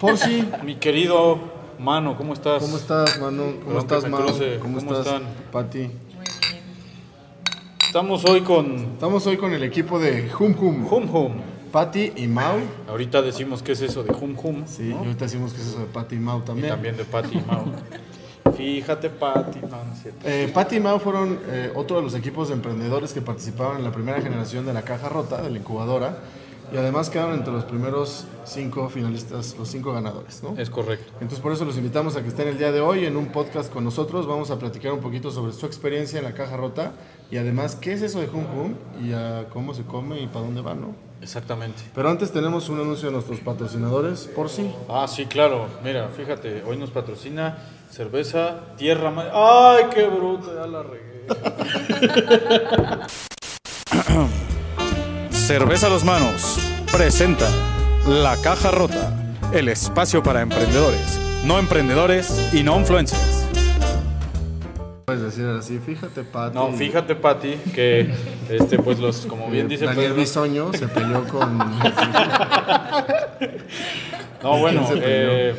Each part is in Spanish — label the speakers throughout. Speaker 1: Porci,
Speaker 2: Mi querido mano, ¿cómo estás?
Speaker 1: ¿cómo estás, mano? ¿Cómo
Speaker 2: Perdón que
Speaker 1: estás,
Speaker 2: me
Speaker 1: mano?
Speaker 2: cruce.
Speaker 1: ¿Cómo
Speaker 2: ¿Cómo
Speaker 1: estás,
Speaker 2: están?
Speaker 1: Pati?
Speaker 2: Estamos hoy con
Speaker 1: Estamos hoy con el equipo de Hum Hum.
Speaker 2: Hum Hum.
Speaker 1: Pati y Mau.
Speaker 2: Ahorita decimos qué es eso de Hum Hum.
Speaker 1: Sí, y
Speaker 2: ¿no?
Speaker 1: ahorita decimos que es eso de Pati y Mau
Speaker 2: Y
Speaker 1: también.
Speaker 2: también de Pati y Mau. Fíjate, Pati, no, no es cierto.
Speaker 1: Eh, Pati y Mau fueron eh, otro de los equipos de emprendedores que participaron en la primera generación de la caja rota, de la incubadora, y además quedaron entre los primeros cinco finalistas, los cinco ganadores, ¿no?
Speaker 2: Es correcto.
Speaker 1: Entonces por eso los invitamos a que estén el día de hoy en un podcast con nosotros. Vamos a platicar un poquito sobre su experiencia en la caja rota y además qué es eso de Hum Hum y a cómo se come y para dónde va, ¿no?
Speaker 2: Exactamente.
Speaker 1: Pero antes tenemos un anuncio de nuestros patrocinadores, por si.
Speaker 2: Ah, sí, claro. Mira, fíjate, hoy nos patrocina cerveza Tierra Madre. ¡Ay, qué bruto! Ya la regué.
Speaker 3: Cerveza a los manos presenta La Caja Rota, el espacio para emprendedores, no emprendedores y no influencers.
Speaker 1: Puedes decir así, fíjate, Pati.
Speaker 2: No, fíjate, Pati, que este, pues los, como bien dice
Speaker 1: Daniel
Speaker 2: Pedro-
Speaker 1: Bisoño se peleó con...
Speaker 2: No, bueno,
Speaker 1: se peleó?
Speaker 2: eh,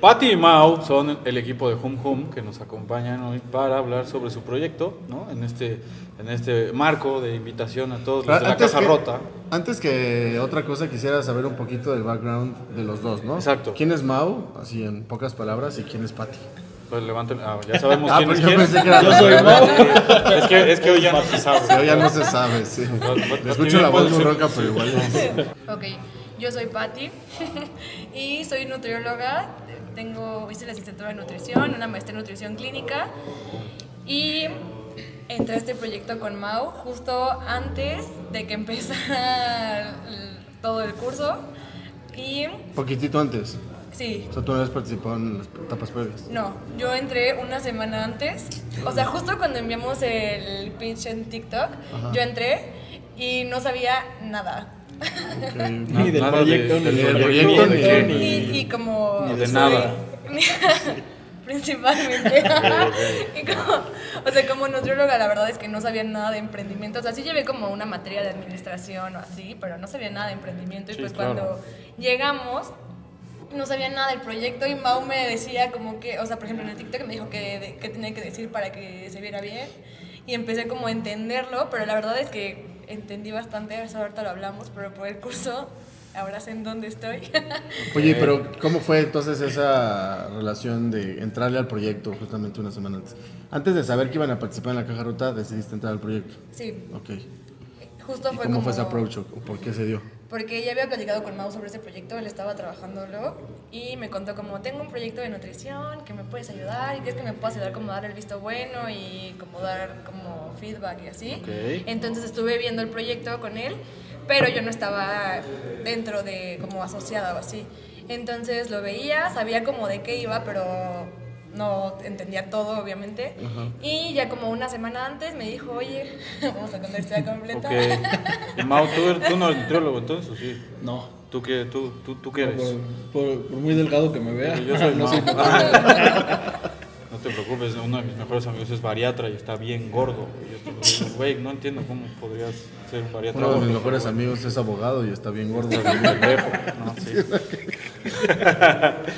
Speaker 2: Pati y Mau son el equipo de Hum Hum que nos acompañan hoy para hablar sobre su proyecto, ¿no? En este, en este marco de invitación a todos los de la
Speaker 1: Antes
Speaker 2: Caja
Speaker 1: que-
Speaker 2: Rota.
Speaker 1: Antes que otra cosa quisiera saber un poquito del background de los dos, ¿no?
Speaker 2: Exacto.
Speaker 1: ¿Quién es Mau? Así en pocas palabras y quién es Pati.
Speaker 2: Pues levanten, ah, ya sabemos
Speaker 1: Ah,
Speaker 2: quién
Speaker 1: pero
Speaker 2: es
Speaker 1: yo
Speaker 2: quién.
Speaker 1: pensé que era la
Speaker 2: soy
Speaker 1: verdad.
Speaker 2: Mau. Es que, es que hoy ya no se sabe.
Speaker 1: Pero ya no se sabe, sí. Le escucho la voz muy ronca, pero igual es-
Speaker 4: Ok, yo soy Patti y soy nutrióloga. Tengo, hice la licenciatura en nutrición, una maestría en nutrición clínica y entré a este proyecto con Mau justo antes de que empezara el- todo el curso. Y
Speaker 1: Poquitito antes.
Speaker 4: sí,
Speaker 1: O sea, tú no habías participado en las etapas previas.
Speaker 4: no, yo entré una semana antes. O sea, justo cuando enviamos el pitch en TikTok, yo entré y no sabía nada.
Speaker 2: Ni del proyecto, ni
Speaker 1: del proyecto, ni de-
Speaker 2: qué.
Speaker 4: Y, y como.
Speaker 2: Ni de
Speaker 4: soy-
Speaker 2: nada.
Speaker 4: Principalmente. y como, o sea, como nutrióloga, la verdad es que no sabía nada de emprendimiento. O sea, sí llevé como una materia de administración o así, pero no sabía nada de emprendimiento.
Speaker 2: Sí,
Speaker 4: y pues
Speaker 2: claro.
Speaker 4: cuando llegamos, no sabía nada del proyecto y Mau me decía como que, o sea, por ejemplo en el TikTok me dijo que, de- que tenía que decir para que se viera bien y empecé como a entenderlo, pero la verdad es que entendí bastante, eso ahorita lo hablamos, pero por el curso ahora sé en dónde estoy.
Speaker 1: Oye, pero ¿cómo fue entonces esa relación de entrarle al proyecto justamente una semana antes? Antes de saber que iban a participar en la caja rota, decidiste entrar al proyecto.
Speaker 4: sí,
Speaker 1: Ok. ¿Y
Speaker 4: justo
Speaker 1: cómo
Speaker 4: fue como...
Speaker 1: fue ese approach o o por qué se dio?
Speaker 4: Porque ya había platicado con Mau sobre ese proyecto, él estaba trabajándolo y me contó como, tengo un proyecto de nutrición, que me puedes ayudar y crees que me puedes ayudar como a dar el visto bueno y como dar como feedback y así.
Speaker 2: Ok.
Speaker 4: Entonces estuve viendo el proyecto con él, pero yo no estaba dentro de como asociada o así. Entonces lo veía, sabía como de qué iba, pero no entendía todo obviamente. Y ya como una semana antes me dijo, oye, vamos a contar la historia completa.
Speaker 2: Ok. Y Mau, tú, eres- tú no eres nutriólogo, entonces, ¿o sí.
Speaker 5: No,
Speaker 2: ¿Tú qué, tú, tú, tú qué eres?
Speaker 5: por, por- por muy delgado que me vea.
Speaker 2: Yo soy
Speaker 5: no
Speaker 2: Mau. Ah.
Speaker 5: soy-
Speaker 2: No te preocupes, uno de mis mejores amigos es bariatra y está bien gordo. Y yo te digo, güey, no entiendo cómo podrías ser un bariatra.
Speaker 1: Uno de mis
Speaker 2: gordo".
Speaker 1: mejores amigos es abogado y está bien gordo.
Speaker 2: Pendejo, no,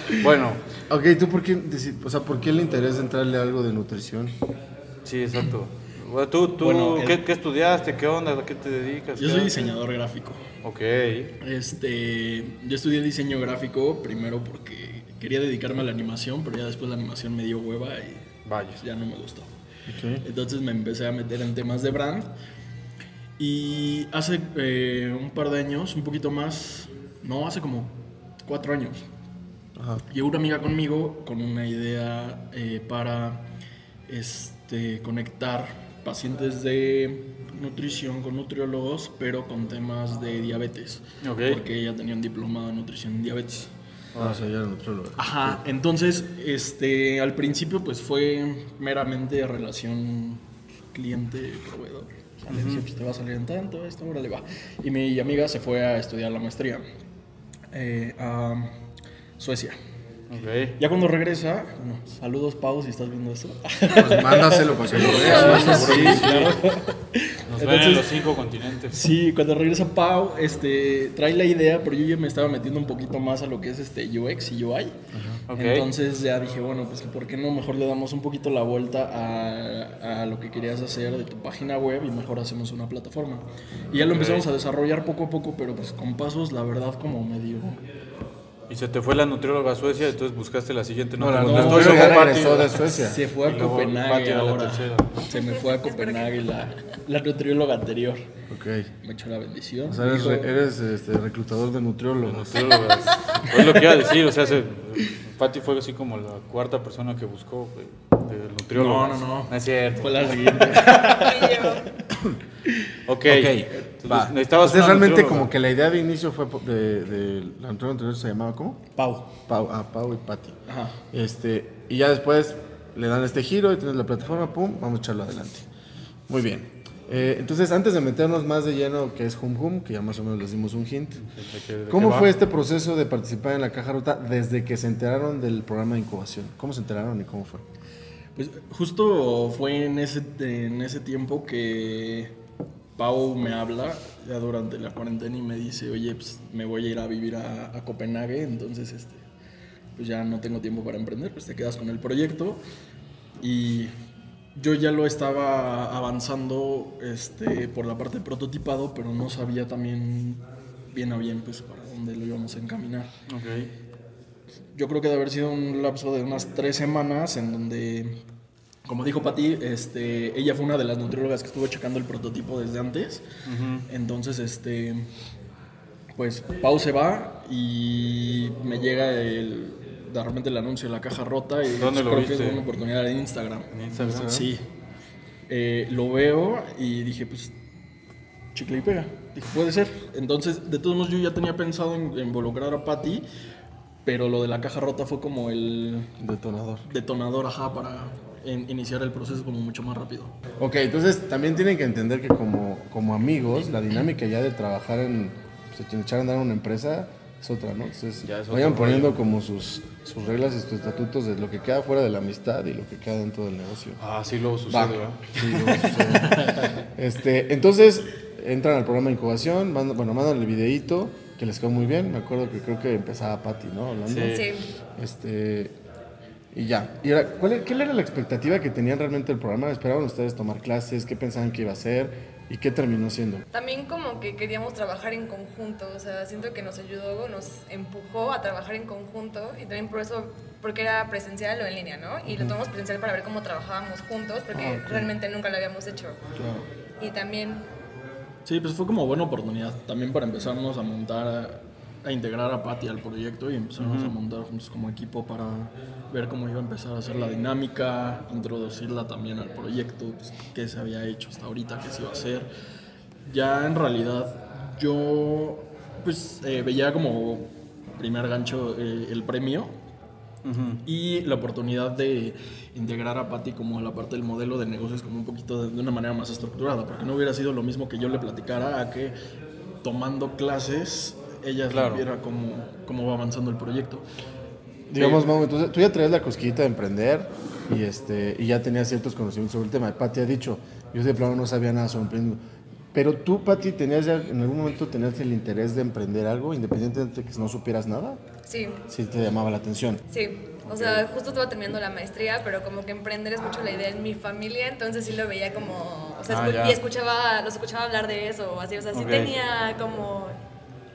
Speaker 2: sí. bueno,
Speaker 1: ok, ¿tú por qué, deci- o sea, por qué le interesa entrarle a algo de nutrición?
Speaker 2: sí, exacto. Bueno, ¿Tú, tú
Speaker 5: Bueno, el-
Speaker 2: ¿qué, qué estudiaste? ¿Qué onda? ¿A qué te dedicas?
Speaker 5: Yo
Speaker 2: ¿Qué
Speaker 5: soy
Speaker 2: haces?
Speaker 5: diseñador gráfico.
Speaker 2: Ok,
Speaker 5: Este, yo estudié diseño gráfico primero porque quería dedicarme a la animación, pero ya después la animación me dio hueva y pues,
Speaker 2: vaya.
Speaker 5: ya no me gustó.
Speaker 1: Ok.
Speaker 5: Entonces me empecé a meter en temas de brand. Y hace eh, un par de años, un poquito más, no, hace como cuatro años,
Speaker 1: Ajá.
Speaker 5: llegó una amiga conmigo con una idea eh, para este, conectar pacientes de nutrición con nutriólogos, pero con temas de diabetes.
Speaker 2: Ok.
Speaker 5: Porque ella tenía un diplomado en nutrición en diabetes.
Speaker 1: Ah, o sea, ya en otro lugar.
Speaker 5: Ajá, entonces, este, al principio pues fue meramente relación cliente-proveedor. O sea, le dije, pues te va a salir en tanto, esto, órale, va. Y mi amiga se fue a estudiar la maestría eh, a Suecia.
Speaker 2: Ok.
Speaker 5: Ya cuando regresa, bueno, saludos Pau si estás viendo esto.
Speaker 6: Pues mándaselo para que lo veas.
Speaker 1: Pues
Speaker 6: ¿no? Seguro que sí.
Speaker 2: Nos ven en
Speaker 5: Entonces-
Speaker 2: los cinco continentes.
Speaker 5: Sí, cuando regresa Pau, este, trae la idea, pero yo ya me estaba metiendo un poquito más a lo que es este UX y UI.
Speaker 2: Ok.
Speaker 5: Entonces ya dije, bueno, pues ¿por qué no mejor le damos un poquito la vuelta a, a lo que querías hacer de tu página web y mejor hacemos una plataforma? Y ya lo empezamos a desarrollar poco a poco, pero pues con pasos, la verdad, como medio...
Speaker 2: Y se te fue la nutrióloga a Suecia, entonces buscaste la siguiente. No,
Speaker 1: la
Speaker 2: te
Speaker 1: no, pues
Speaker 2: contestó,
Speaker 1: nutrióloga
Speaker 2: y luego
Speaker 1: ya
Speaker 2: Pati-
Speaker 1: regresó de Suecia.
Speaker 5: Se fue
Speaker 2: Y
Speaker 5: a
Speaker 2: luego
Speaker 5: Copenhague
Speaker 2: Pati era la
Speaker 5: ahora.
Speaker 2: tercera.
Speaker 5: Se me fue a Copenhague la, la nutrióloga anterior.
Speaker 1: Ok.
Speaker 5: Me echó la bendición.
Speaker 1: O sea, eres,
Speaker 5: Dijo,
Speaker 1: re- eres, este, reclutador de nutriólogos.
Speaker 2: Nutrióloga. Es lo que iba a decir, o sea, se- Pati fue así como la cuarta persona que buscó de, de nutrióloga.
Speaker 5: No, no, no.
Speaker 2: No es cierto.
Speaker 5: fue la siguiente.
Speaker 2: Ok. Entonces,
Speaker 6: Ok, va.
Speaker 2: necesitabas
Speaker 1: Entonces,
Speaker 2: una
Speaker 1: realmente
Speaker 2: nutrióloga.
Speaker 1: como que la idea de inicio fue po- de, de la nutrióloga anterior se llamaba ¿cómo?
Speaker 5: Pau.
Speaker 1: Pau, ah, Pau y Pati.
Speaker 5: Ajá.
Speaker 1: Este, y ya después le dan este giro y tienes la plataforma, pum, vamos a echarlo adelante. Muy bien. Eh, entonces, antes de meternos más de lleno, que es Hum Hum, que ya más o menos les dimos un hint.
Speaker 2: ¿De qué- de qué
Speaker 1: ¿Cómo
Speaker 2: va?
Speaker 1: fue este proceso de participar en la caja rota desde que se enteraron del programa de incubación? ¿Cómo se enteraron y cómo fue?
Speaker 5: Pues justo fue en ese, en ese tiempo que Pau me habla ya durante la cuarentena y me dice, oye, pues me voy a ir a vivir a, a Copenhague, entonces este, pues ya no tengo tiempo para emprender, pues te quedas con el proyecto. Y yo ya lo estaba avanzando este, por la parte de prototipado, pero no sabía también bien a bien pues para dónde lo íbamos a encaminar
Speaker 2: Ok.
Speaker 5: yo creo que de haber sido un lapso de unas tres semanas en donde, como dijo Pati, este, ella fue una de las nutriólogas que estuvo checando el prototipo desde antes. Entonces, este, pues Pau se va y me llega el, de repente el anuncio de la caja rota y
Speaker 2: ¿Dónde
Speaker 5: pues,
Speaker 2: lo
Speaker 5: creo que
Speaker 2: viste?
Speaker 5: es una oportunidad en Instagram.
Speaker 2: ¿En Instagram?
Speaker 5: Sí. Eh, lo veo y dije, pues chicle y pega. Dije, puede ser. Entonces, de todos modos, yo ya tenía pensado en involucrar a Patty, pero lo de la caja rota fue como el
Speaker 1: Detonador.
Speaker 5: detonador, ajá, para in- iniciar el proceso como mucho más rápido.
Speaker 1: Ok, entonces también tienen que entender que como, como amigos, la dinámica ya de trabajar en, pues, en echar a andar una empresa es otra, ¿no? Entonces
Speaker 2: Ya es
Speaker 1: vayan
Speaker 2: otro
Speaker 1: poniendo como sus, sus reglas y sus estatutos de lo que queda fuera de la amistad y lo que queda dentro del negocio.
Speaker 2: Ah, sí, luego sucede,
Speaker 1: Va.
Speaker 2: ¿verdad?
Speaker 1: Sí, luego sucede. este, entonces entran al programa de incubación, mandan, bueno, mandan el videíto que les quedó muy bien. Me acuerdo que creo que empezaba Patti, ¿no? Hablando.
Speaker 2: Sí.
Speaker 4: Sí.
Speaker 1: Este, y ya. ¿Y ahora, ¿cuál, e- ¿Qué era la expectativa que tenían realmente el programa? ¿Esperaban ustedes tomar clases? ¿Qué pensaban que iba a ser? ¿Y qué terminó siendo?
Speaker 4: También como que queríamos trabajar en conjunto, o sea, siento que nos ayudó, nos empujó a trabajar en conjunto y también por eso, porque era presencial o en línea, ¿no? Y lo tomamos presencial para ver cómo trabajábamos juntos, porque
Speaker 2: Ah,
Speaker 4: realmente nunca lo habíamos hecho. Y también,
Speaker 5: Sí, pues fue como buena oportunidad también para empezarnos a montar, a, a integrar a Patty al proyecto y empezarnos a montar juntos como equipo para ver cómo iba a empezar a hacer la dinámica, introducirla también al proyecto, pues, qué se había hecho hasta ahorita, qué se iba a hacer. Ya en realidad yo pues eh, veía como primer gancho eh, el premio y la oportunidad de integrar a Patty como a la parte del modelo de negocios como un poquito de, de una manera más estructurada, porque no hubiera sido lo mismo que yo le platicara a que tomando clases ella
Speaker 2: Claro.
Speaker 5: viera cómo, cómo va avanzando el proyecto.
Speaker 1: Digamos, Mau, entonces, tú ya traías la cosquillita de emprender y, este, y ya tenías ciertos conocimientos sobre el tema. Pati ha dicho, yo de plano no sabía nada sobre emprendimiento. Pero tú, Pati, tenías ya, en algún momento tenías el interés de emprender algo, independientemente de que no supieras nada,
Speaker 4: sí,
Speaker 1: si te llamaba la atención.
Speaker 4: sí. O sea, justo estaba terminando la maestría, pero como que emprender es mucho la idea en mi familia, entonces sí lo veía como, o sea,
Speaker 2: Ah,
Speaker 4: escu-
Speaker 2: ya.
Speaker 4: y escuchaba, los escuchaba hablar de eso, o así, o sea, sí
Speaker 2: Ok.
Speaker 4: tenía como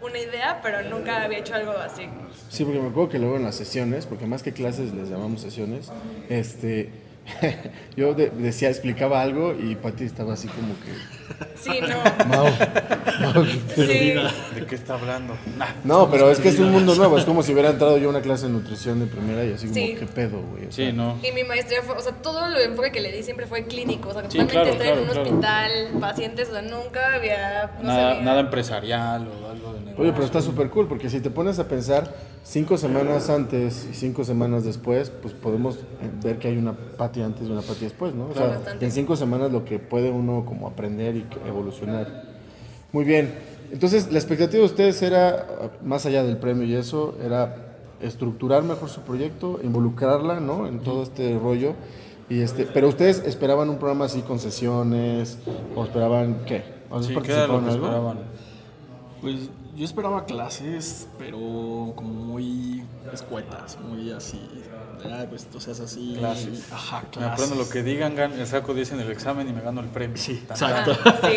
Speaker 4: una idea, pero nunca había hecho algo así.
Speaker 1: Sí, porque me acuerdo que luego en las sesiones, porque más que clases les llamamos sesiones, este, yo de- decía, explicaba algo y Pati estaba así como que,
Speaker 4: Sí, no.
Speaker 1: Mau, Mau,
Speaker 4: Sí.
Speaker 2: ¿De qué está hablando? Nah.
Speaker 1: No, pero es que es un mundo nuevo, es como si hubiera entrado yo a una clase de nutrición de primera y así como,
Speaker 4: Sí.
Speaker 1: ¿qué pedo, güey? O sea,
Speaker 2: Sí, no.
Speaker 4: Y mi maestría fue, o sea, todo el enfoque que le di siempre fue clínico, o sea,
Speaker 2: Sí,
Speaker 4: totalmente
Speaker 2: claro,
Speaker 4: estar en un
Speaker 2: claro,
Speaker 4: hospital, pacientes, o sea, nunca había, no
Speaker 2: nada,
Speaker 4: sabía.
Speaker 2: nada empresarial o algo de negocio.
Speaker 1: Oye, pero está súper cool, porque si te pones a pensar cinco semanas antes y cinco semanas después, pues podemos eh, ver que hay una Pati antes y una Pati después, ¿no? O sea,
Speaker 4: Bastante.
Speaker 1: en cinco semanas lo que puede uno como aprender y que- evolucionar. Muy bien. Entonces, la expectativa de ustedes era, más allá del premio y eso, era estructurar mejor su proyecto, involucrarla, ¿no? En todo este rollo. Y este, pero ustedes esperaban un programa así con sesiones, o esperaban qué? ¿O
Speaker 2: Sí, ¿qué era
Speaker 1: participaron
Speaker 2: lo
Speaker 1: en
Speaker 2: que
Speaker 1: algo?
Speaker 2: esperaban?
Speaker 5: Pues yo esperaba clases, pero como muy escuetas, muy así. Ah, pues tú seas así.
Speaker 2: Clases.
Speaker 5: Ajá,
Speaker 2: Me
Speaker 5: clases.
Speaker 2: aprendo lo que digan, gan- saco 10 en el examen y me gano el premio.
Speaker 5: Sí,
Speaker 2: Tan, tan.
Speaker 5: exacto.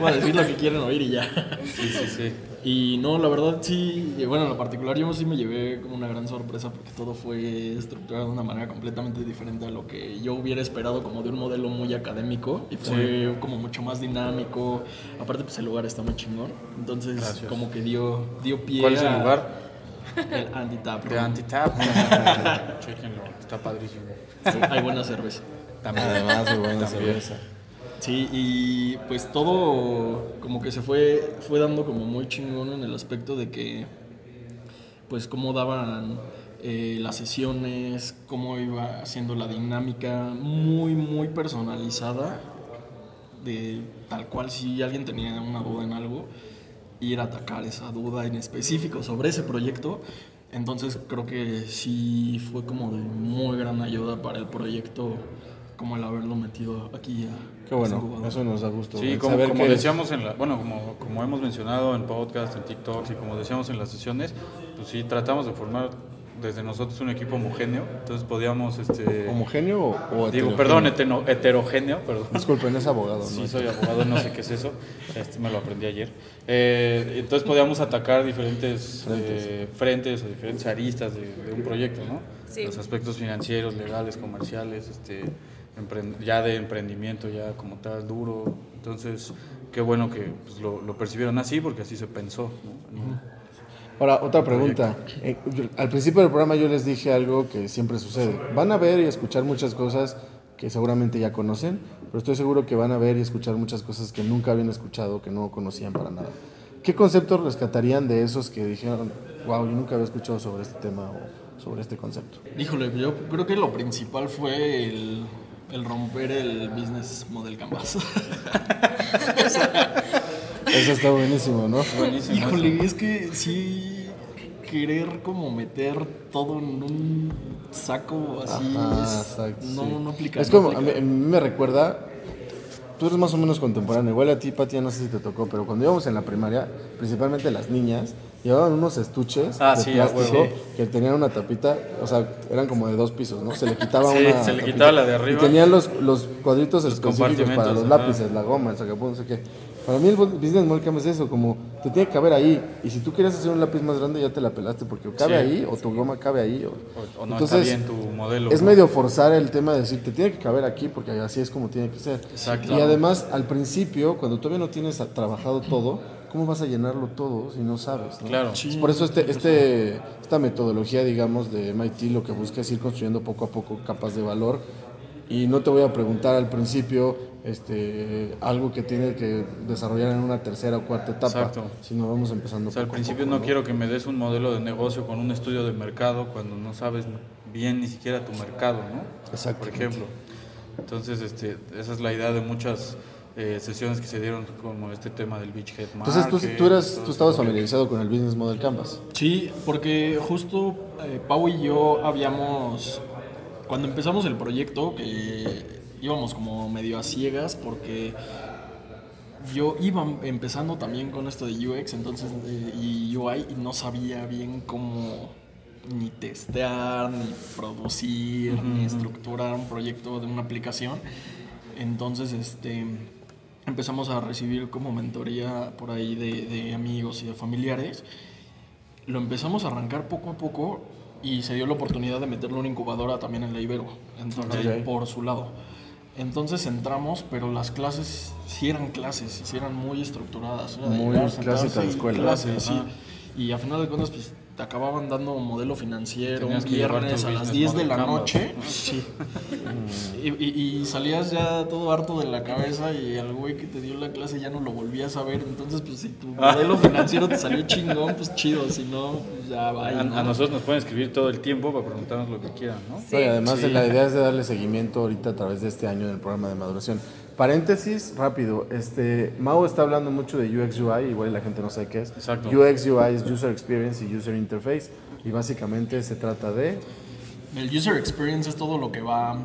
Speaker 5: Voy a decir lo que quieren oír y ya.
Speaker 2: Sí, sí, sí.
Speaker 5: Y no, la verdad sí, eh, bueno, en lo particular yo sí me llevé como una gran sorpresa porque todo fue estructurado de una manera completamente diferente a lo que yo hubiera esperado como de un modelo muy académico y fue como mucho más dinámico. Aparte pues el lugar está muy chingón, entonces
Speaker 2: Gracias.
Speaker 5: como que dio, dio pie
Speaker 2: ¿Cuál es el
Speaker 5: a-
Speaker 2: lugar?
Speaker 5: El Antitap.
Speaker 2: De Antitap. Chequenlo, está padrísimo.
Speaker 5: Hay buena cerveza.
Speaker 1: Además, de buena
Speaker 2: Ah, También.
Speaker 1: cerveza.
Speaker 5: Sí, y pues todo como que se fue, fue dando como muy chingón en el aspecto de que, pues cómo daban eh, las sesiones, cómo iba haciendo la dinámica, muy, muy personalizada, de tal cual si alguien tenía una duda en algo, ir a atacar esa duda en específico sobre ese proyecto. Entonces creo que sí fue como de muy gran ayuda para el proyecto, como el haberlo metido aquí a
Speaker 1: Qué
Speaker 5: a
Speaker 1: bueno,
Speaker 5: Cuba.
Speaker 1: eso nos da gusto.
Speaker 2: Sí,
Speaker 1: güey,
Speaker 2: como,
Speaker 1: saber
Speaker 2: como
Speaker 1: que-
Speaker 2: decíamos en la, bueno, como, como hemos mencionado en podcast, en TikToks y como decíamos en las sesiones, pues sí tratamos de formar desde nosotros un equipo homogéneo, entonces podíamos este
Speaker 1: ¿Homogéneo o, o
Speaker 2: digo,
Speaker 1: heterogéneo?
Speaker 2: perdón, heteno- heterogéneo, perdón.
Speaker 1: Disculpen, es abogado. ¿no?
Speaker 2: Sí, soy abogado, Pues no sé qué es eso. Este, me lo aprendí ayer. Eh, entonces podíamos atacar diferentes
Speaker 1: Frentes.
Speaker 2: eh, frentes o diferentes aristas de, de un proyecto, ¿no?
Speaker 4: Sí.
Speaker 2: Los aspectos financieros, legales, comerciales, este, emprend- ya de emprendimiento, ya como tal, duro. Entonces, qué bueno que pues, lo, lo percibieron así porque así se pensó. ¿no?
Speaker 1: Ahora, otra pregunta. Eh, yo- al principio del programa yo les dije algo que siempre sucede. Van a ver y escuchar muchas cosas que seguramente ya conocen, pero estoy seguro que van a ver y escuchar muchas cosas que nunca habían escuchado, que no conocían para nada. ¿Qué conceptos rescatarían de esos que dijeron, wow, yo nunca había escuchado sobre este tema o sobre este concepto?
Speaker 5: Híjole, yo creo que lo principal fue el, el romper el business model canvas.
Speaker 1: Eso está buenísimo, ¿no?
Speaker 2: Buenísimo.
Speaker 5: Híjole, es que sí querer como meter todo en un saco así
Speaker 1: Ajá,
Speaker 5: es-
Speaker 1: exacto,
Speaker 5: no,
Speaker 1: sí.
Speaker 5: no aplica.
Speaker 1: Es
Speaker 5: no
Speaker 1: como, a mí,
Speaker 5: aplica.
Speaker 1: a mí me recuerda, tú eres más o menos contemporáneo, igual a ti, Patia, no sé si te tocó, pero cuando íbamos en la primaria, principalmente las niñas, llevaban unos estuches
Speaker 2: Ah,
Speaker 1: de
Speaker 2: sí, a
Speaker 1: plástico
Speaker 2: huevo.
Speaker 1: que tenían una tapita, o sea, eran como de dos pisos, ¿no? Se le quitaba
Speaker 2: Sí,
Speaker 1: una
Speaker 2: se le
Speaker 1: tapita.
Speaker 2: quitaba la de arriba.
Speaker 1: Y tenían los, los cuadritos específicos
Speaker 2: compartimentos,
Speaker 1: para los
Speaker 2: ajá.
Speaker 1: lápices, la goma, el sacapunto, no sé qué. Para mí el bu- business model cam es eso, como te tiene que caber ahí. Y si tú quieres hacer un lápiz más grande, ya te la pelaste, porque o cabe
Speaker 2: Sí.
Speaker 1: ahí, o tu goma cabe ahí. O,
Speaker 2: O, o no
Speaker 1: Entonces,
Speaker 2: está bien tu modelo.
Speaker 1: es
Speaker 2: ¿no?
Speaker 1: medio forzar el tema de decir, te tiene que caber aquí porque así es como tiene que ser.
Speaker 5: Exacto.
Speaker 1: Y además, al principio, cuando todavía no tienes a- trabajado todo, ¿cómo vas a llenarlo todo si no sabes? no?
Speaker 2: Claro.
Speaker 1: Es Por eso este, este, esta metodología, digamos, de MIT lo que busca es ir construyendo poco a poco capas de valor. Y no te voy a preguntar al principio este, algo que tiene que desarrollar en una tercera o cuarta etapa,
Speaker 2: Exacto.
Speaker 1: sino vamos empezando
Speaker 2: O sea, al
Speaker 1: poco a
Speaker 2: principio
Speaker 1: poco,
Speaker 2: no quiero que me des un modelo de negocio con un estudio de mercado cuando no sabes bien ni siquiera tu mercado, ¿no? Por
Speaker 1: Exactamente.
Speaker 2: ejemplo. Entonces, este, esa es la idea de muchas eh, sesiones que se dieron como este tema del Beachhead
Speaker 1: Entonces tú,
Speaker 2: Market,
Speaker 1: tú, eras,
Speaker 2: todo
Speaker 1: tú
Speaker 2: ese
Speaker 1: estabas
Speaker 2: rollo.
Speaker 1: familiarizado con el business model Canvas.
Speaker 5: Sí, porque justo eh, Pau y yo habíamos, cuando empezamos el proyecto, que íbamos como medio a ciegas porque yo iba empezando también con esto de UX entonces, eh, y UI y no sabía bien cómo ni testear, ni producir, ni estructurar un proyecto de una aplicación. Entonces, este, empezamos a recibir como mentoría por ahí de, de amigos y de familiares lo empezamos a arrancar poco a poco y se dio la oportunidad de meterle una incubadora también en la Ibero, entonces,
Speaker 1: Ok.
Speaker 5: por su lado. Entonces entramos, pero las clases sí eran clases, sí eran muy estructuradas. era de
Speaker 1: Muy
Speaker 5: llegar, sentarse
Speaker 1: clásica de
Speaker 5: y
Speaker 1: escuela.
Speaker 5: clases, sí. Y a final de cuentas, pues te acababan dando un modelo financiero un
Speaker 2: Tenías que llevar tu
Speaker 5: viernes a las
Speaker 2: business
Speaker 5: 10 de la
Speaker 2: model canvas,
Speaker 5: noche. Sí. Y, y- y salías ya todo harto de la cabeza y al güey que te dio la clase ya no lo volvías a ver. Entonces, pues si tu modelo financiero te salió chingón, pues chido. Si no, pues, ya va.
Speaker 2: A, a nosotros nos pueden escribir todo el tiempo para preguntarnos lo que quieran, ¿no?
Speaker 4: Sí.
Speaker 1: No, y además la idea es de darle seguimiento ahorita a través de este año en el programa de maduración. Paréntesis rápido. Este, Mao está hablando mucho de UX UI, igual la gente no sabe qué es.
Speaker 2: Exacto.
Speaker 1: UX UI es User Experience y User Interface. Y básicamente se trata de.
Speaker 5: El user experience es todo lo que va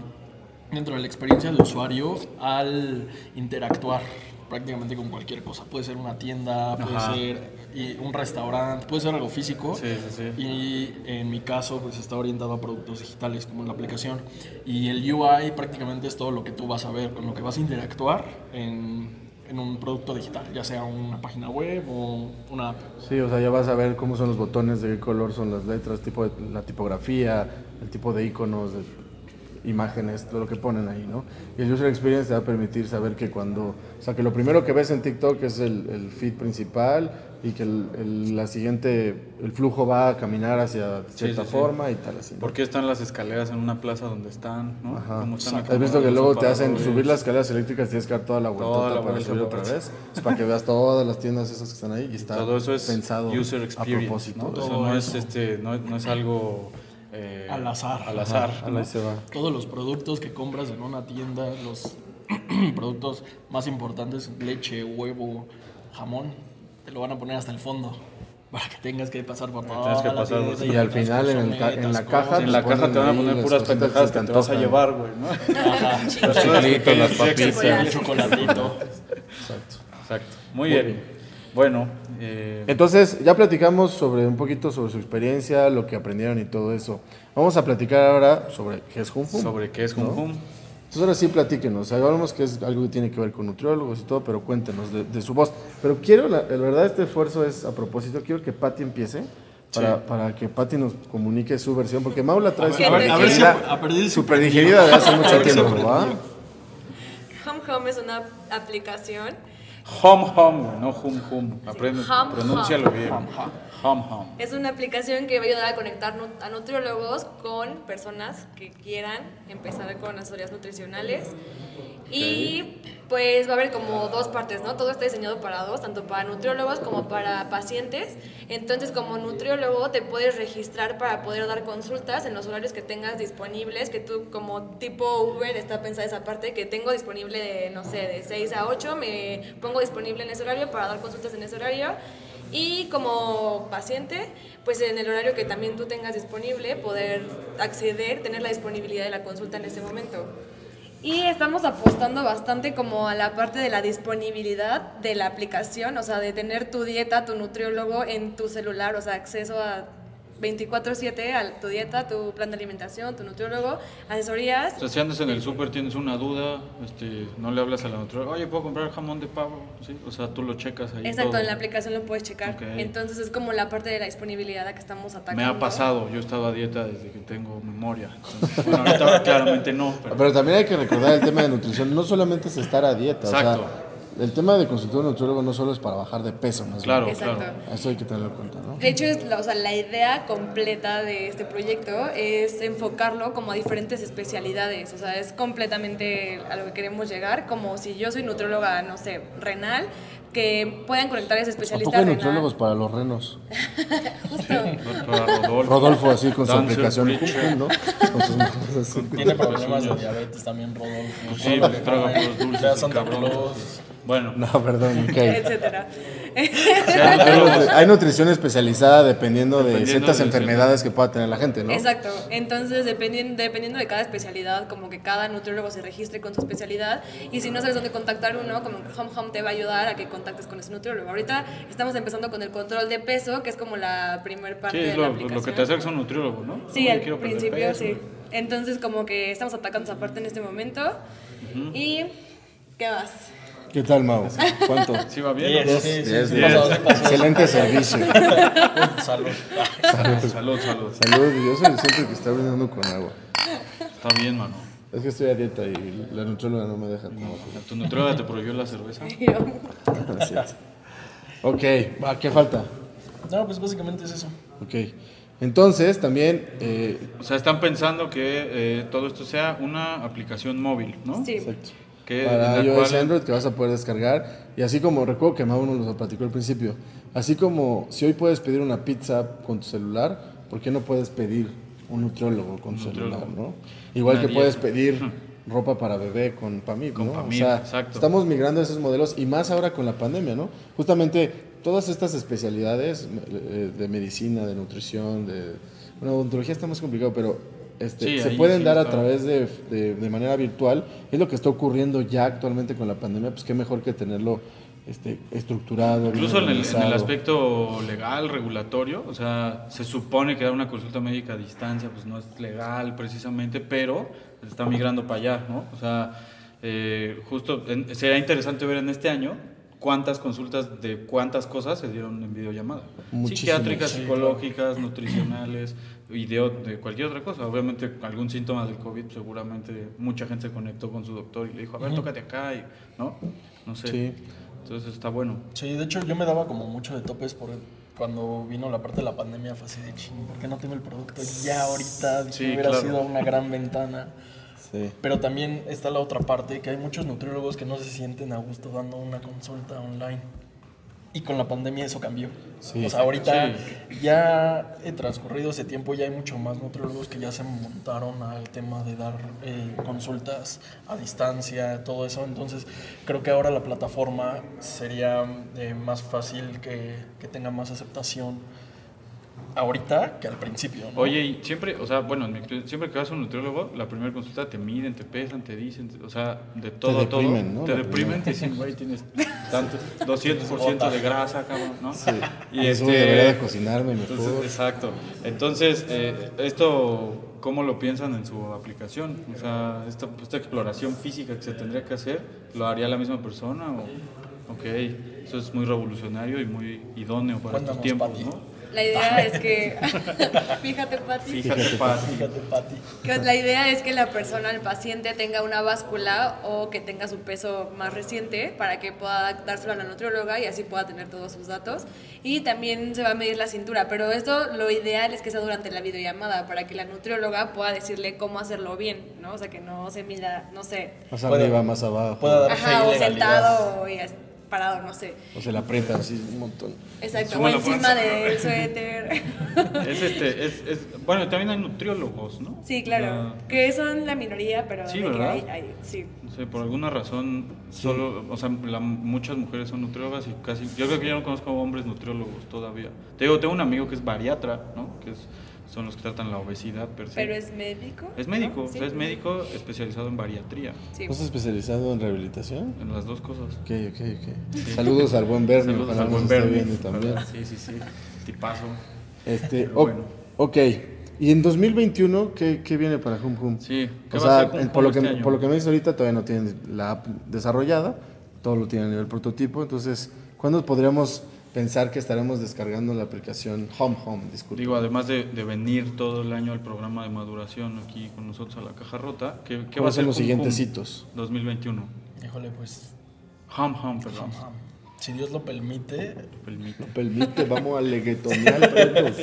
Speaker 5: dentro de la experiencia del usuario al interactuar prácticamente con cualquier cosa. Puede ser una tienda, puede
Speaker 2: Ajá.
Speaker 5: ser eh, un restaurante, puede ser algo físico.
Speaker 2: Sí, sí, sí.
Speaker 5: Y en mi caso, pues está orientado a productos digitales como la aplicación. Y el UI prácticamente es todo lo que tú vas a ver, con lo que vas a interactuar en, en un producto digital, ya sea una página web o una app.
Speaker 1: Sí, o sea, ya vas a ver cómo son los botones, de qué color son las letras, tipo de- la tipografía, el tipo de iconos, de imágenes, todo lo que ponen ahí, ¿no? Y el User Experience te va a permitir saber que cuando, o sea, que lo primero que ves en TikTok es el, el feed principal y que el, el- la siguiente, el flujo va a caminar hacia cierta
Speaker 2: sí, sí.
Speaker 1: forma y tal así. ¿no?
Speaker 2: ¿Por qué están las escaleras en una plaza donde están? ¿no?
Speaker 1: Ajá.
Speaker 2: ¿Cómo están
Speaker 1: ¿Has visto que
Speaker 2: acomodados
Speaker 1: luego te
Speaker 2: los
Speaker 1: hacen
Speaker 2: aparadores?
Speaker 1: subir las escaleras eléctricas y tienes que dar toda la vuelta
Speaker 2: Toda la
Speaker 1: para
Speaker 2: vuelta
Speaker 1: subir otra
Speaker 2: para atrás.
Speaker 1: vez? Es para que veas todas las tiendas esas que están ahí y está
Speaker 2: Todo eso es
Speaker 1: pensado
Speaker 2: user
Speaker 1: a
Speaker 2: experience.
Speaker 1: propósito.
Speaker 2: ¿no?
Speaker 1: Eso.
Speaker 2: Eso no es, este, no, es- no es algo eh,
Speaker 5: Al azar.
Speaker 2: Al azar. ¿no?
Speaker 1: Ahí se va.
Speaker 5: Todos los productos que compras en una tienda, los productos más importantes, leche, huevo, jamón, te lo van a poner hasta el fondo para que tengas que pasar por
Speaker 2: Tienes
Speaker 5: toda
Speaker 2: que
Speaker 5: la
Speaker 2: pasar
Speaker 5: tienda
Speaker 1: y al final en, el ca- en la caja
Speaker 2: En la
Speaker 1: te ponen
Speaker 2: caja te van a
Speaker 1: ahí
Speaker 2: poner
Speaker 1: las
Speaker 2: puras
Speaker 1: cositas
Speaker 2: pendejadas
Speaker 1: te
Speaker 2: que te vas a
Speaker 1: antojan.
Speaker 2: llevar, güey, ¿no?
Speaker 6: Los chiclitos, las papitas.
Speaker 5: el chocolatito.
Speaker 2: Exacto. Muy bien. Bueno, eh,
Speaker 1: Entonces, ya platicamos sobre un poquito sobre su experiencia, lo que aprendieron y todo eso. Vamos a platicar ahora sobre qué es Hum Hum.
Speaker 2: sobre qué es Hum
Speaker 1: ¿no?
Speaker 2: Hum.
Speaker 1: Entonces ahora sí platíquenos, hablamos que es algo que tiene que ver con nutriólogos y todo, pero cuéntenos de, de su voz. Pero quiero, la, la verdad este esfuerzo es a propósito, quiero que Patti empiece para, para que Patti nos comunique su versión, porque Maula trae
Speaker 4: a ver, a ver si
Speaker 5: ap- aprendí su
Speaker 1: super digerida de hace
Speaker 5: A
Speaker 1: mucho
Speaker 5: ver si
Speaker 1: tiempo,
Speaker 5: aprendió.
Speaker 1: ¿va?
Speaker 4: Home Home es una aplicación.
Speaker 2: Hum Hum, güey, no Hum Hum. Aprende,
Speaker 4: Hum Hum.
Speaker 2: pronúncialo bien. Hum Hum.
Speaker 4: Es una aplicación que va a ayudar a conectar nu- a nutriólogos con personas que quieran empezar con asesorías nutricionales. Y pues va a haber como dos partes, ¿no? Todo está diseñado para dos, tanto para nutriólogos como para pacientes. Entonces, como nutriólogo, te puedes registrar para poder dar consultas en los horarios que tengas disponibles, que tú como tipo Uber está pensada esa parte, que tengo disponible, de, no sé, de 6 a 8, me pongo disponible en ese horario para dar consultas en ese horario. Y como paciente, pues en el horario que también tú tengas disponible, poder acceder, tener la disponibilidad de la consulta en ese momento. Y estamos apostando bastante como a la parte de la disponibilidad de la aplicación, o sea, de tener tu dieta, tu nutriólogo en tu celular, o sea, acceso a 24/7 a tu dieta, tu plan de alimentación, tu nutriólogo, asesorías.
Speaker 2: O sea, si andas en el súper, tienes una duda, este, no le hablas a la nutrióloga, oye, ¿puedo comprar jamón de pavo? ¿Sí? O sea, tú lo checas ahí
Speaker 4: Exacto,
Speaker 2: todo.
Speaker 4: en la aplicación lo puedes checar.
Speaker 2: Ok.
Speaker 4: Entonces es como la parte de la disponibilidad a que estamos atacando.
Speaker 2: Me ha pasado, yo he estado a dieta desde que tengo memoria. Entonces, bueno, ahorita claramente no, pero...
Speaker 1: Pero también hay que recordar el tema de nutrición, no solamente es estar a dieta, o
Speaker 2: Exacto.
Speaker 1: sea, el tema de consultar a un nutriólogo no solo es para bajar de peso, más bien.
Speaker 2: Claro,
Speaker 4: Exacto.
Speaker 2: claro.
Speaker 1: Eso hay que tenerlo en cuenta, ¿no?
Speaker 4: De hecho, es la, o sea, la idea completa de este proyecto es enfocarlo como a diferentes especialidades. O sea, es completamente a lo que queremos llegar. Como si yo soy nutrióloga, no sé, renal, que puedan conectar a ese
Speaker 1: ¿A
Speaker 4: especialista
Speaker 1: poco hay
Speaker 4: renal.
Speaker 1: nutriólogos para los renos?
Speaker 4: Justo.
Speaker 2: Doctora Rodolfo.
Speaker 1: Rodolfo así con su
Speaker 2: Dancer
Speaker 1: aplicación
Speaker 2: Preacher.
Speaker 1: Jum Jum, ¿no? Con sus manos así.
Speaker 5: Tiene problemas de diabetes también, Rodolfo.
Speaker 2: Pues sí, pues traga puros
Speaker 5: Le da
Speaker 2: dulces, el
Speaker 5: Santa
Speaker 2: cabrón.
Speaker 5: Claus.
Speaker 2: Bueno,
Speaker 1: No, perdón, ok.
Speaker 4: etcétera.
Speaker 1: Hay, nutri- hay nutrición especializada dependiendo, de
Speaker 2: Dependiendo
Speaker 1: ciertas
Speaker 2: de-
Speaker 1: enfermedades que pueda tener la gente, ¿no?
Speaker 4: Exacto. Entonces, dependiendo, dependiendo de cada especialidad, como que cada nutriólogo se registre con su especialidad. Y si no sabes dónde contactar uno, como que Home Home te va a ayudar a que contactes con ese nutriólogo. Ahorita estamos empezando con el control de peso, que es como la primer parte
Speaker 2: sí, es
Speaker 4: de la
Speaker 2: lo,
Speaker 4: aplicación.
Speaker 2: lo que te acerca un nutriólogo, ¿no?
Speaker 4: Sí,
Speaker 2: Oye,
Speaker 4: al
Speaker 2: quiero perder
Speaker 4: principio
Speaker 2: peso.
Speaker 4: sí. Entonces, como que estamos atacando esa parte en este momento. ¿Y qué más?
Speaker 1: ¿Qué tal, Mau? ¿Cuánto?
Speaker 2: Sí, va bien.
Speaker 5: Yes,
Speaker 1: Diez,
Speaker 5: sí, sí,
Speaker 1: diez,
Speaker 5: sí,
Speaker 1: diez.
Speaker 5: pasó, sí, pasó.
Speaker 1: Excelente servicio.
Speaker 5: Salud.
Speaker 2: Salud, salud.
Speaker 1: Salud, yo soy el siempre que está brindando con agua.
Speaker 2: Está bien, mano.
Speaker 1: Es que estoy a dieta y la nutrióloga no me deja como.
Speaker 2: ¿Tu nutrióloga te prohibió la cerveza?
Speaker 1: No es cierto. Ok, va, ¿qué falta?
Speaker 5: No, pues básicamente es eso.
Speaker 1: Ok. Entonces, también, eh,
Speaker 2: O sea, están pensando que eh, todo esto sea una aplicación móvil, ¿no?
Speaker 4: Sí.
Speaker 1: exacto.
Speaker 2: Que
Speaker 1: para
Speaker 2: en la
Speaker 1: iOS y
Speaker 2: cual-
Speaker 1: Android que vas a poder descargar. Y así como recuerdo que Mau nos lo platicó al principio, así como si hoy puedes pedir una pizza con tu celular, ¿por qué no puedes pedir un nutriólogo con tu celular? ¿no? Igual que puedes pedir ropa para bebé con PAMIP,
Speaker 2: Con
Speaker 1: ¿no?
Speaker 2: PAMIP, exacto.
Speaker 1: Estamos migrando a esos modelos y más ahora con la pandemia, ¿no? Justamente todas estas especialidades eh, de medicina, de nutrición, de... Bueno, odontología está más complicado, pero este,
Speaker 2: Sí,
Speaker 1: se
Speaker 2: ahí
Speaker 1: pueden
Speaker 2: sí
Speaker 1: dar a
Speaker 2: está.
Speaker 1: través de, de- de manera virtual. Es lo que está ocurriendo ya actualmente con la pandemia, pues qué mejor que tenerlo este, estructurado. bien
Speaker 2: Incluso en el, en el
Speaker 1: organizado.
Speaker 2: aspecto legal, regulatorio, o sea, se supone que dar una consulta médica a distancia, pues no es legal precisamente, pero se está migrando para allá, ¿no? O sea, eh, justo en- sería interesante ver en este año cuántas consultas de cuántas cosas se dieron en videollamada.
Speaker 1: Muchísimas.
Speaker 2: Psiquiátricas, psicológicas, nutricionales y de, ot- de cualquier otra cosa. Obviamente algún síntoma del COVID, seguramente mucha gente se conectó con su doctor y le dijo, a ver, tócate acá, y, ¿no? No sé.
Speaker 1: Sí.
Speaker 2: Entonces está bueno.
Speaker 5: Sí, de hecho yo me daba como mucho de topes por cuando vino la parte de la pandemia, fue así de ching, ¿por qué no tengo el producto ya ahorita? Dije,
Speaker 2: Sí,
Speaker 5: hubiera
Speaker 2: claro.
Speaker 5: sido una gran ventana.
Speaker 1: Sí.
Speaker 5: Pero también está la otra parte, que hay muchos nutriólogos que no se sienten a gusto dando una consulta online. Y con la pandemia eso cambió.
Speaker 1: Sí.
Speaker 5: o sea, ahorita ya he transcurrido ese tiempo, ya hay mucho más nutriólogos que ya se montaron al tema de dar eh, consultas a distancia, todo eso. Entonces, creo que ahora la plataforma sería eh, más fácil que, que tenga más aceptación ahorita que al principio. ¿no?
Speaker 2: Oye, y siempre, o sea, bueno, en mi experiencia, siempre que vas a un nutriólogo, la primera consulta te miden, te pesan, te dicen, te- o sea, de todo, a todo.
Speaker 1: deprimen, ¿no?
Speaker 2: Te
Speaker 1: La
Speaker 2: deprimen, te dicen, güey, tienes tanto, 200% de grasa, cabrón, ¿no? Sí.
Speaker 1: Y eso debería de cocinarme mejor.
Speaker 2: este, Entonces, exacto. Entonces, eh, esto, ¿cómo lo piensan en su aplicación? O sea, esta, esta exploración física que se tendría que hacer, ¿lo haría la misma persona? O, ok, eso es muy revolucionario y muy idóneo para estos
Speaker 5: Cuéntanos,
Speaker 2: tiempos,
Speaker 5: Pati.
Speaker 2: ¿no?
Speaker 4: La idea es que, fíjate Pati,
Speaker 2: Fíjate, Pati.
Speaker 5: Fíjate, Pati.
Speaker 4: que la idea es que la persona, el paciente, tenga una báscula o que tenga su peso más reciente para que pueda dárselo a la nutrióloga y así pueda tener todos sus datos. Y también se va a medir la cintura, pero esto lo ideal es que sea durante la videollamada para que la nutrióloga pueda decirle cómo hacerlo bien, ¿no? O sea, que no se mida, no sé,
Speaker 1: Más
Speaker 5: Puede-
Speaker 1: arriba, más abajo.
Speaker 5: puede dar-
Speaker 4: ajá, o
Speaker 5: ilegalidad.
Speaker 4: sentado o y as- parado, no sé.
Speaker 1: O se la aprieta así un montón.
Speaker 4: Exacto,
Speaker 2: Suma
Speaker 4: o
Speaker 2: la
Speaker 4: encima
Speaker 2: fuerza.
Speaker 4: del suéter.
Speaker 2: Es este, es, es- bueno, también hay nutriólogos, ¿no?
Speaker 4: Sí, claro.
Speaker 2: Ya,
Speaker 4: Que son la minoría, pero
Speaker 2: Sí,
Speaker 4: de que
Speaker 2: ¿verdad?
Speaker 4: hay- hay- sí.
Speaker 2: no sé, por alguna razón, solo, o sea, la- muchas mujeres son nutriólogas y casi, yo creo que yo no conozco hombres nutriólogos todavía. Te digo, tengo un amigo que es bariatra, ¿no? Que es- son los que tratan la obesidad, per se.
Speaker 4: Pero es médico.
Speaker 2: Es médico,
Speaker 4: ¿no?
Speaker 2: o sea, es médico especializado en bariatría,
Speaker 4: Sí.
Speaker 1: ¿No has especializado en rehabilitación?
Speaker 2: en las dos cosas.
Speaker 1: Ok, ok, ok. Saludos al buen Bernie,
Speaker 2: Saludos
Speaker 1: ojalá
Speaker 2: al
Speaker 1: nos
Speaker 2: buen
Speaker 1: esté
Speaker 2: Bernie.
Speaker 1: viendo también.
Speaker 2: Sí, sí, sí. Tipazo.
Speaker 1: Este,
Speaker 2: Pero
Speaker 1: o-
Speaker 2: bueno.
Speaker 1: Ok, y en 2021, ¿qué, qué viene para Hum Hum?
Speaker 2: Sí, ¿qué
Speaker 1: o
Speaker 2: va a
Speaker 1: sea,
Speaker 2: hacer Hum
Speaker 1: en-
Speaker 2: Hum
Speaker 1: por, lo
Speaker 2: este
Speaker 1: que,
Speaker 2: año?
Speaker 1: por lo que me dices ahorita, todavía no tienen la app desarrollada, todo lo tienen a nivel prototipo, entonces, ¿cuándo podríamos pensar que estaremos descargando la aplicación Home Home? Disculpe.
Speaker 2: Digo, además de, de venir todo el año al programa de maduración aquí con nosotros a la caja rota, ¿qué, qué va a
Speaker 1: ¿Cuáles
Speaker 2: ser
Speaker 1: son los
Speaker 2: Cum
Speaker 1: siguientes
Speaker 2: Cum
Speaker 1: hitos?
Speaker 2: 2021.
Speaker 5: Híjole, pues,
Speaker 2: Hum Hum, perdón.
Speaker 5: ah, si Dios lo permite,
Speaker 2: Permite.
Speaker 1: Permite, vamos a leguetonear todos.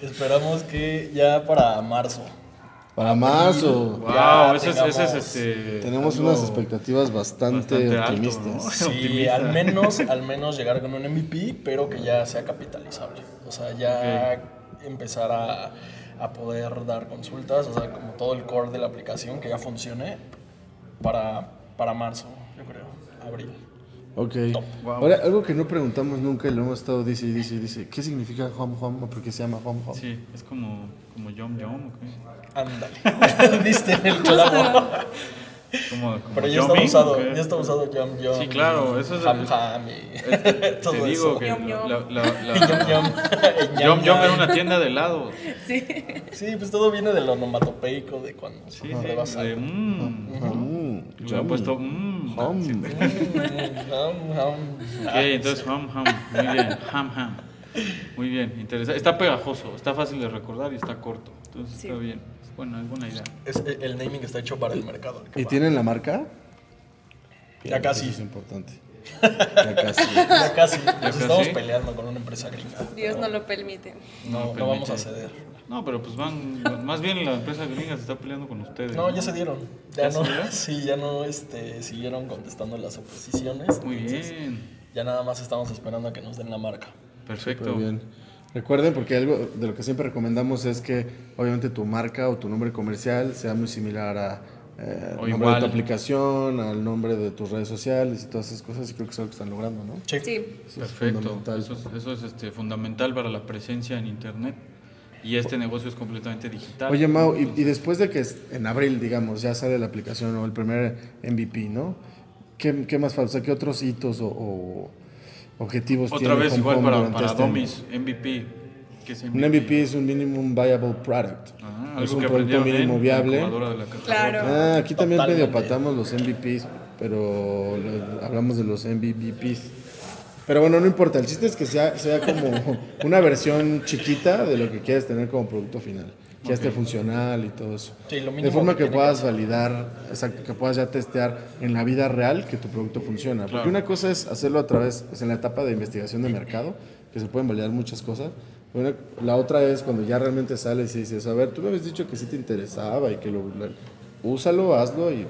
Speaker 5: Esperamos que ya para marzo.
Speaker 1: Para marzo.
Speaker 2: Wow,
Speaker 5: Ya
Speaker 2: ese es,
Speaker 5: tengamos-
Speaker 2: ese es este.
Speaker 1: Tenemos
Speaker 2: algo
Speaker 1: unas expectativas bastante,
Speaker 2: bastante alto,
Speaker 1: optimistas.
Speaker 2: ¿no?
Speaker 5: Sí,
Speaker 2: Optimista.
Speaker 5: al menos, al menos llegar con un MVP, pero que ya sea capitalizable. O sea, ya empezar a, a poder dar consultas, o sea, como todo el core de la aplicación que ya funcione para, para marzo, yo creo, abril.
Speaker 1: Ok.
Speaker 2: Wow.
Speaker 1: Ahora, algo que no preguntamos nunca y lo hemos estado dice y dice y dice. ¿Qué significa home home o por qué se llama home home?
Speaker 2: Sí, es como, como Yom Yom, ¿o qué?
Speaker 5: Ándale, diste en el clavo.
Speaker 2: Como, como
Speaker 5: Pero ya está
Speaker 2: Yoming, ¿o
Speaker 5: usado,
Speaker 2: qué?
Speaker 5: ya está usado Yum Yum.
Speaker 2: Sí, claro, eso es-
Speaker 5: Ham Ham y todo
Speaker 2: Te digo
Speaker 5: eso.
Speaker 2: que.
Speaker 4: Yum Yum.
Speaker 2: La, la, la-
Speaker 5: Yum Yum.
Speaker 2: Yum Yum era una tienda de helados.
Speaker 4: Sí.
Speaker 5: Sí, pues todo viene del onomatopeico de cuando
Speaker 2: Sí,
Speaker 5: le vas
Speaker 2: sí.
Speaker 5: a...
Speaker 2: De, mmm.
Speaker 1: Mm,
Speaker 2: Le han puesto mmm.
Speaker 1: home.
Speaker 5: mm, Am, am.
Speaker 2: Ok,
Speaker 4: Ah,
Speaker 2: entonces ham ham, muy bien, ham ham. Muy bien, interesante. Está pegajoso, está fácil de recordar y está corto. Entonces
Speaker 4: Sí.
Speaker 2: está bien. Bueno, es buena idea.
Speaker 5: Es- el el naming está hecho para el mercado. al que
Speaker 1: ¿Y
Speaker 5: va.
Speaker 1: tienen la marca?
Speaker 5: Ya casi.
Speaker 1: Eso es importante. Ya casi.
Speaker 5: Ya casi. Nos
Speaker 2: casi.
Speaker 5: estamos peleando con una empresa gringa.
Speaker 4: Dios no lo permite.
Speaker 5: No, no,
Speaker 2: permite.
Speaker 5: vamos a ceder.
Speaker 2: No, pero pues van, más bien la empresa gringa se está peleando con ustedes.
Speaker 5: No, ya se dieron. Ya,
Speaker 2: ¿Ya
Speaker 5: no,
Speaker 2: se dieron?
Speaker 5: sí, ya no este, siguieron contestando las oposiciones.
Speaker 2: Muy
Speaker 5: entonces,
Speaker 2: bien,
Speaker 5: Ya nada más estamos esperando a que nos den la marca.
Speaker 2: perfecto.
Speaker 1: Muy bien. Recuerden, porque algo de lo que siempre recomendamos es que obviamente tu marca o tu nombre comercial sea muy similar a eh,
Speaker 2: O
Speaker 1: nombre de
Speaker 2: igual.
Speaker 1: tu aplicación, al nombre de tus redes sociales y todas esas cosas, y creo que es algo que están logrando, ¿no?
Speaker 4: Sí.
Speaker 1: Eso es
Speaker 2: Perfecto.
Speaker 1: fundamental.
Speaker 2: Eso es, eso es, este, fundamental para la presencia en Internet. Y este negocio es completamente digital.
Speaker 1: Oye, Mau, y, y después de que es- en abril, digamos, ya sale la aplicación o el primer MVP, ¿no? ¿Qué, qué más falta? O sea, ¿qué otros hitos o, o objetivos
Speaker 2: Otra
Speaker 1: pues, tiene
Speaker 2: vez
Speaker 1: Home
Speaker 2: igual
Speaker 1: Home
Speaker 2: para,
Speaker 1: durante
Speaker 2: para
Speaker 1: este año?
Speaker 2: Domis, MVP. ¿Qué es
Speaker 1: Un MVP es un Minimum Viable Product. es
Speaker 2: Ajá, Ah, algo
Speaker 1: un producto
Speaker 2: que aprendieron en
Speaker 1: mínimo
Speaker 2: la
Speaker 1: viable.
Speaker 2: incubadora de la caja.
Speaker 4: Claro.
Speaker 1: Ah, aquí también medio
Speaker 5: Totalmente.
Speaker 1: patamos los MVPs, pero lo- hablamos de los MVPs. Pero bueno, no importa, el chiste es que sea, sea como una versión chiquita de lo que quieres tener como producto final. Que ya esté funcional y todo eso.
Speaker 5: Sí, lo
Speaker 1: de
Speaker 5: mínimo
Speaker 1: forma que,
Speaker 5: que tiene que
Speaker 1: puedas validar, exacto, que puedas ya testear en la vida real que tu producto funciona. Porque una cosa es hacerlo a través, es en la etapa de investigación de mercado, que se pueden validar muchas cosas. Bueno, la otra es cuando ya realmente sales y dices, a ver, tú me habías dicho que sí te interesaba y que lo, lo- úsalo, hazlo y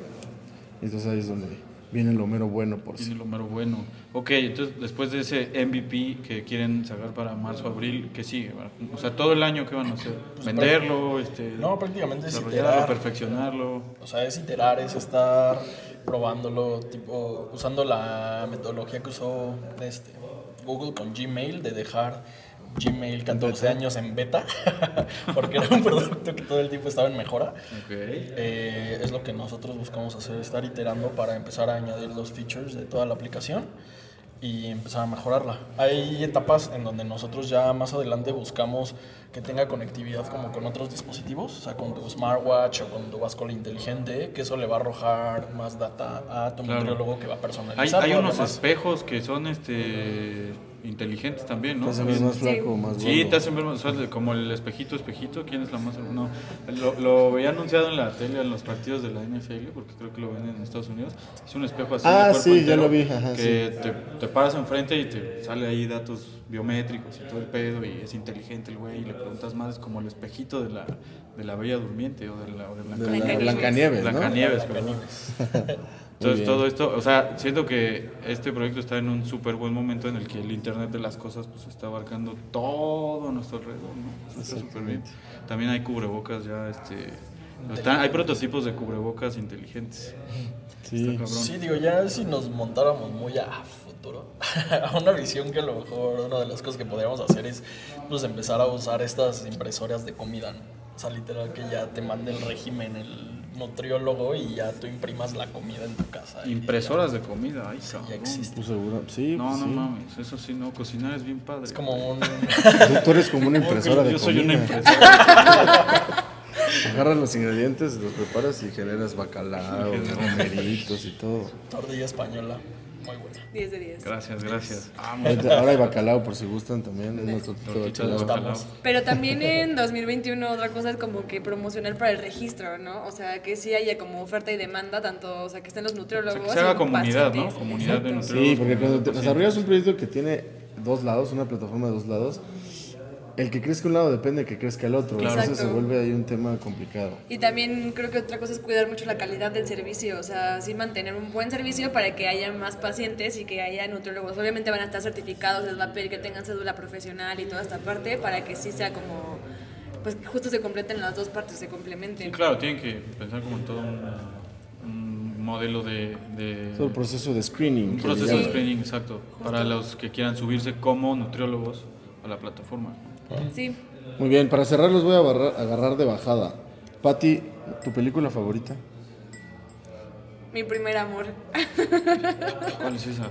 Speaker 1: entonces ahí es donde viene lo mero bueno por
Speaker 2: Tiene
Speaker 1: sí.
Speaker 2: lo mero bueno. Ok, entonces después de ese MVP que quieren sacar para marzo, abril, ¿qué sigue? O sea, todo el año, ¿qué van a hacer? ¿Venderlo? Este,
Speaker 5: Pues, No, prácticamente es
Speaker 2: desarrollarlo,
Speaker 5: iterar.
Speaker 2: perfeccionarlo.
Speaker 5: O sea, es iterar, es estar probándolo, tipo, usando la metodología que usó este, Google con Gmail, de dejar Gmail 14 años en beta, porque era un producto que todo el tiempo estaba en mejora.
Speaker 2: Ok.
Speaker 5: Eh, es lo que nosotros buscamos hacer, estar iterando para empezar a añadir los features de toda la aplicación y empezar a mejorarla. Hay etapas en donde nosotros ya más adelante buscamos que tenga conectividad como con otros dispositivos, o sea, con tu smartwatch o con tu báscula inteligente, que eso le va a arrojar más data a tu
Speaker 2: Claro.
Speaker 5: nutriólogo que va a
Speaker 2: Hay,
Speaker 5: personalizar.
Speaker 2: hay unos espejos que son este inteligentes también, ¿no?
Speaker 5: Pues,
Speaker 1: Entonces, a mí es más
Speaker 4: Sí.
Speaker 1: flaco, más
Speaker 2: Sí,
Speaker 1: gordo.
Speaker 2: te hacen ver o sea, como el espejito, espejito, ¿quién es la más no, lo, lo veía anunciado en la tele en los partidos de la NFL, porque creo que lo venden en Estados Unidos. Es un espejo así. de
Speaker 1: Ah,
Speaker 2: cuerpo
Speaker 1: sí, ya
Speaker 2: entero
Speaker 1: lo vi, ajá,
Speaker 2: que te, te paras enfrente y te sale ahí datos biométricos y todo el pedo, y es inteligente el güey, y le preguntas más, es como el espejito de la, de la Bella Durmiente o de la, o de
Speaker 1: De la
Speaker 4: Blancanieves.
Speaker 1: Blancanieves, ¿no?
Speaker 2: Blancanieves, perdón. Entonces todo esto, o sea, siento que este proyecto está en un súper buen momento en el que el Internet de las Cosas pues está abarcando todo a nuestro alrededor, ¿no? Eso está súper bien. También hay cubrebocas ya, este... están- hay prototipos de cubrebocas inteligentes.
Speaker 1: Sí.
Speaker 2: Está cabrón.
Speaker 5: Sí, digo, ya si nos montáramos muy a futuro, a una visión que a lo mejor una de las cosas que podríamos hacer es pues empezar a usar estas impresoras de comida, ¿no? O sea, literal que ya te mande el régimen el nutriólogo y ya tú imprimas la comida en tu casa. y
Speaker 2: Impresoras de comida, ay, cabrón.
Speaker 5: Ya existe.
Speaker 1: Pues seguro, sí.
Speaker 2: No,
Speaker 1: pues
Speaker 2: no
Speaker 1: sí.
Speaker 2: mames, eso sí, no, cocinar es bien padre.
Speaker 5: Es como un...
Speaker 1: Tú, tú eres como una impresora de
Speaker 2: Yo soy una
Speaker 1: comida.
Speaker 2: impresora.
Speaker 1: Agarras los ingredientes, los preparas y generas bacalao, romeritos y todo.
Speaker 5: Tortilla española. Muy buena.
Speaker 4: 10 de 10.
Speaker 2: Gracias, gracias. Vamos.
Speaker 1: Ahorita- Ahora hay bacalao por si gustan también. es nuestro tipo de
Speaker 2: Tortita de
Speaker 1: bacalao.
Speaker 2: bacalao.
Speaker 5: Estamos.
Speaker 4: Pero también en 2021 otra cosa es como que promocionar para el registro, ¿no? O sea, que sí haya como oferta y demanda, tanto, o sea, que estén los
Speaker 2: O
Speaker 4: nutriólogos.
Speaker 2: sea, que se haga
Speaker 4: y
Speaker 2: comunidad, ¿no?
Speaker 4: pacientes.
Speaker 2: Comunidad de
Speaker 4: Exacto.
Speaker 2: nutriólogos.
Speaker 1: Sí, porque cuando te
Speaker 2: comunidad de
Speaker 1: desarrollas un proyecto que tiene dos lados, una plataforma de dos lados, el que crezca un lado depende de que crezca el otro.
Speaker 4: Claro.
Speaker 1: Entonces se
Speaker 4: Exacto.
Speaker 1: vuelve ahí un tema complicado.
Speaker 4: Y también creo que otra cosa es cuidar mucho la calidad del servicio, o sea, sí mantener un buen servicio para que haya más pacientes y que haya nutriólogos. Obviamente van a estar certificados, les va a pedir que tengan cédula profesional y toda esta parte para que sí sea como, pues que justo se completen las dos partes, se
Speaker 2: Sí,
Speaker 4: complementen.
Speaker 2: claro, tienen que pensar como en todo un, un modelo de, de-
Speaker 1: Todo el proceso de screening.
Speaker 2: un
Speaker 1: que
Speaker 2: proceso
Speaker 1: le
Speaker 2: de
Speaker 1: llaman.
Speaker 2: screening, exacto, para los que quieran subirse como nutriólogos a la plataforma.
Speaker 4: Sí,
Speaker 1: Muy bien, para cerrar los voy a agarrar, agarrar de bajada. Patti, ¿tu película favorita?
Speaker 4: mi primer amor.
Speaker 2: ¿Cuál es esa?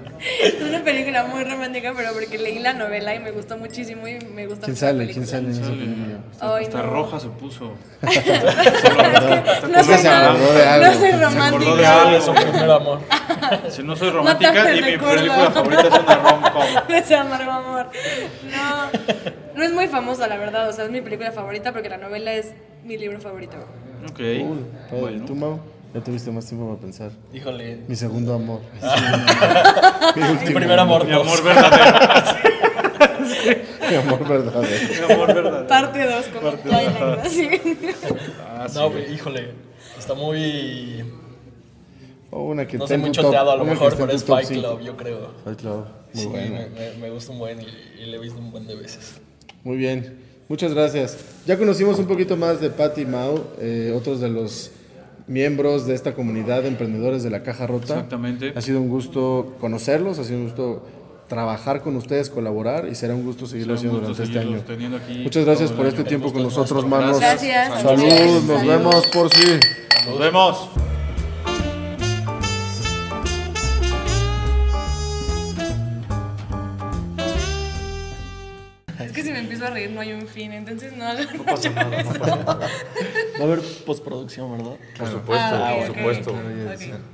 Speaker 4: Una película muy romántica, pero porque leí la novela y me gustó muchísimo y me gusta
Speaker 1: ¿Quién
Speaker 4: mucho la
Speaker 1: sale?
Speaker 4: película.
Speaker 1: ¿Quién sale en esa
Speaker 2: Sale-
Speaker 1: película?
Speaker 2: hasta
Speaker 4: Ay,
Speaker 2: hasta
Speaker 4: no.
Speaker 2: roja se puso.
Speaker 4: No soy,
Speaker 1: Se
Speaker 4: nada-
Speaker 1: acordó de algo.
Speaker 4: no soy
Speaker 1: Se acordó
Speaker 4: romántica.
Speaker 2: de
Speaker 5: ¿Cuál es su primer amor?
Speaker 2: Si no soy romántica
Speaker 4: No te
Speaker 2: y mi
Speaker 4: recuerdo.
Speaker 2: película favorita es una rom-com.
Speaker 4: No sea amargo amor. No, no es muy famosa, la verdad. O sea, es mi película favorita porque la novela es mi libro favorito.
Speaker 2: Ok.
Speaker 1: Cool, padre.
Speaker 2: Bueno.
Speaker 1: ¿Tú, Mau? Ya tuviste más tiempo para pensar.
Speaker 5: Híjole.
Speaker 1: Mi segundo amor. mi
Speaker 5: Mi
Speaker 1: último
Speaker 5: primer amor. pues.
Speaker 2: Mi
Speaker 5: dos.
Speaker 2: amor verdadero.
Speaker 1: Mi amor verdadero.
Speaker 2: Mi amor verdadero.
Speaker 4: Parte 2, como ya hay lágrimas, sí.
Speaker 5: No, güey, híjole. Está muy...
Speaker 1: O una que
Speaker 5: No
Speaker 1: esté
Speaker 5: sé,
Speaker 1: en
Speaker 5: muy
Speaker 1: tu top-
Speaker 5: choteado a lo
Speaker 1: una que
Speaker 5: mejor,
Speaker 1: esté en
Speaker 5: pero
Speaker 1: tu
Speaker 5: es
Speaker 1: top
Speaker 5: Fight
Speaker 1: cinco.
Speaker 5: Club, yo creo.
Speaker 1: Fight Club, muy
Speaker 5: Sí,
Speaker 1: bueno.
Speaker 5: me, me- me gusta un buen y, y le he visto un buen de veces.
Speaker 1: Muy bien, muchas gracias. Ya conocimos un poquito más de Patty Mau, eh, otros de los miembros de esta comunidad de emprendedores de la Caja Rota.
Speaker 2: Exactamente.
Speaker 1: Ha sido un gusto conocerlos, ha sido un gusto trabajar con ustedes, colaborar y será un gusto seguirlo
Speaker 2: Será
Speaker 1: haciendo
Speaker 2: un gusto
Speaker 1: durante este
Speaker 2: seguirlos
Speaker 1: año.
Speaker 2: teniendo aquí
Speaker 1: Muchas gracias
Speaker 2: todo
Speaker 1: por
Speaker 2: el
Speaker 1: este
Speaker 2: año.
Speaker 1: tiempo
Speaker 2: El
Speaker 1: con
Speaker 2: gusto es nuestro.
Speaker 1: nosotros, manos.
Speaker 4: Gracias.
Speaker 1: Salud, nos
Speaker 4: Salud.
Speaker 1: vemos por si.
Speaker 6: Nos vemos.
Speaker 4: Es que si me empiezo a reír no hay un fin, entonces no hagan
Speaker 6: pasa nada, no pasa nada.
Speaker 5: Va a haber postproducción, ¿verdad?
Speaker 6: Por supuesto,
Speaker 4: Ah, ok,
Speaker 6: por
Speaker 4: ok.
Speaker 6: supuesto.
Speaker 4: Ok.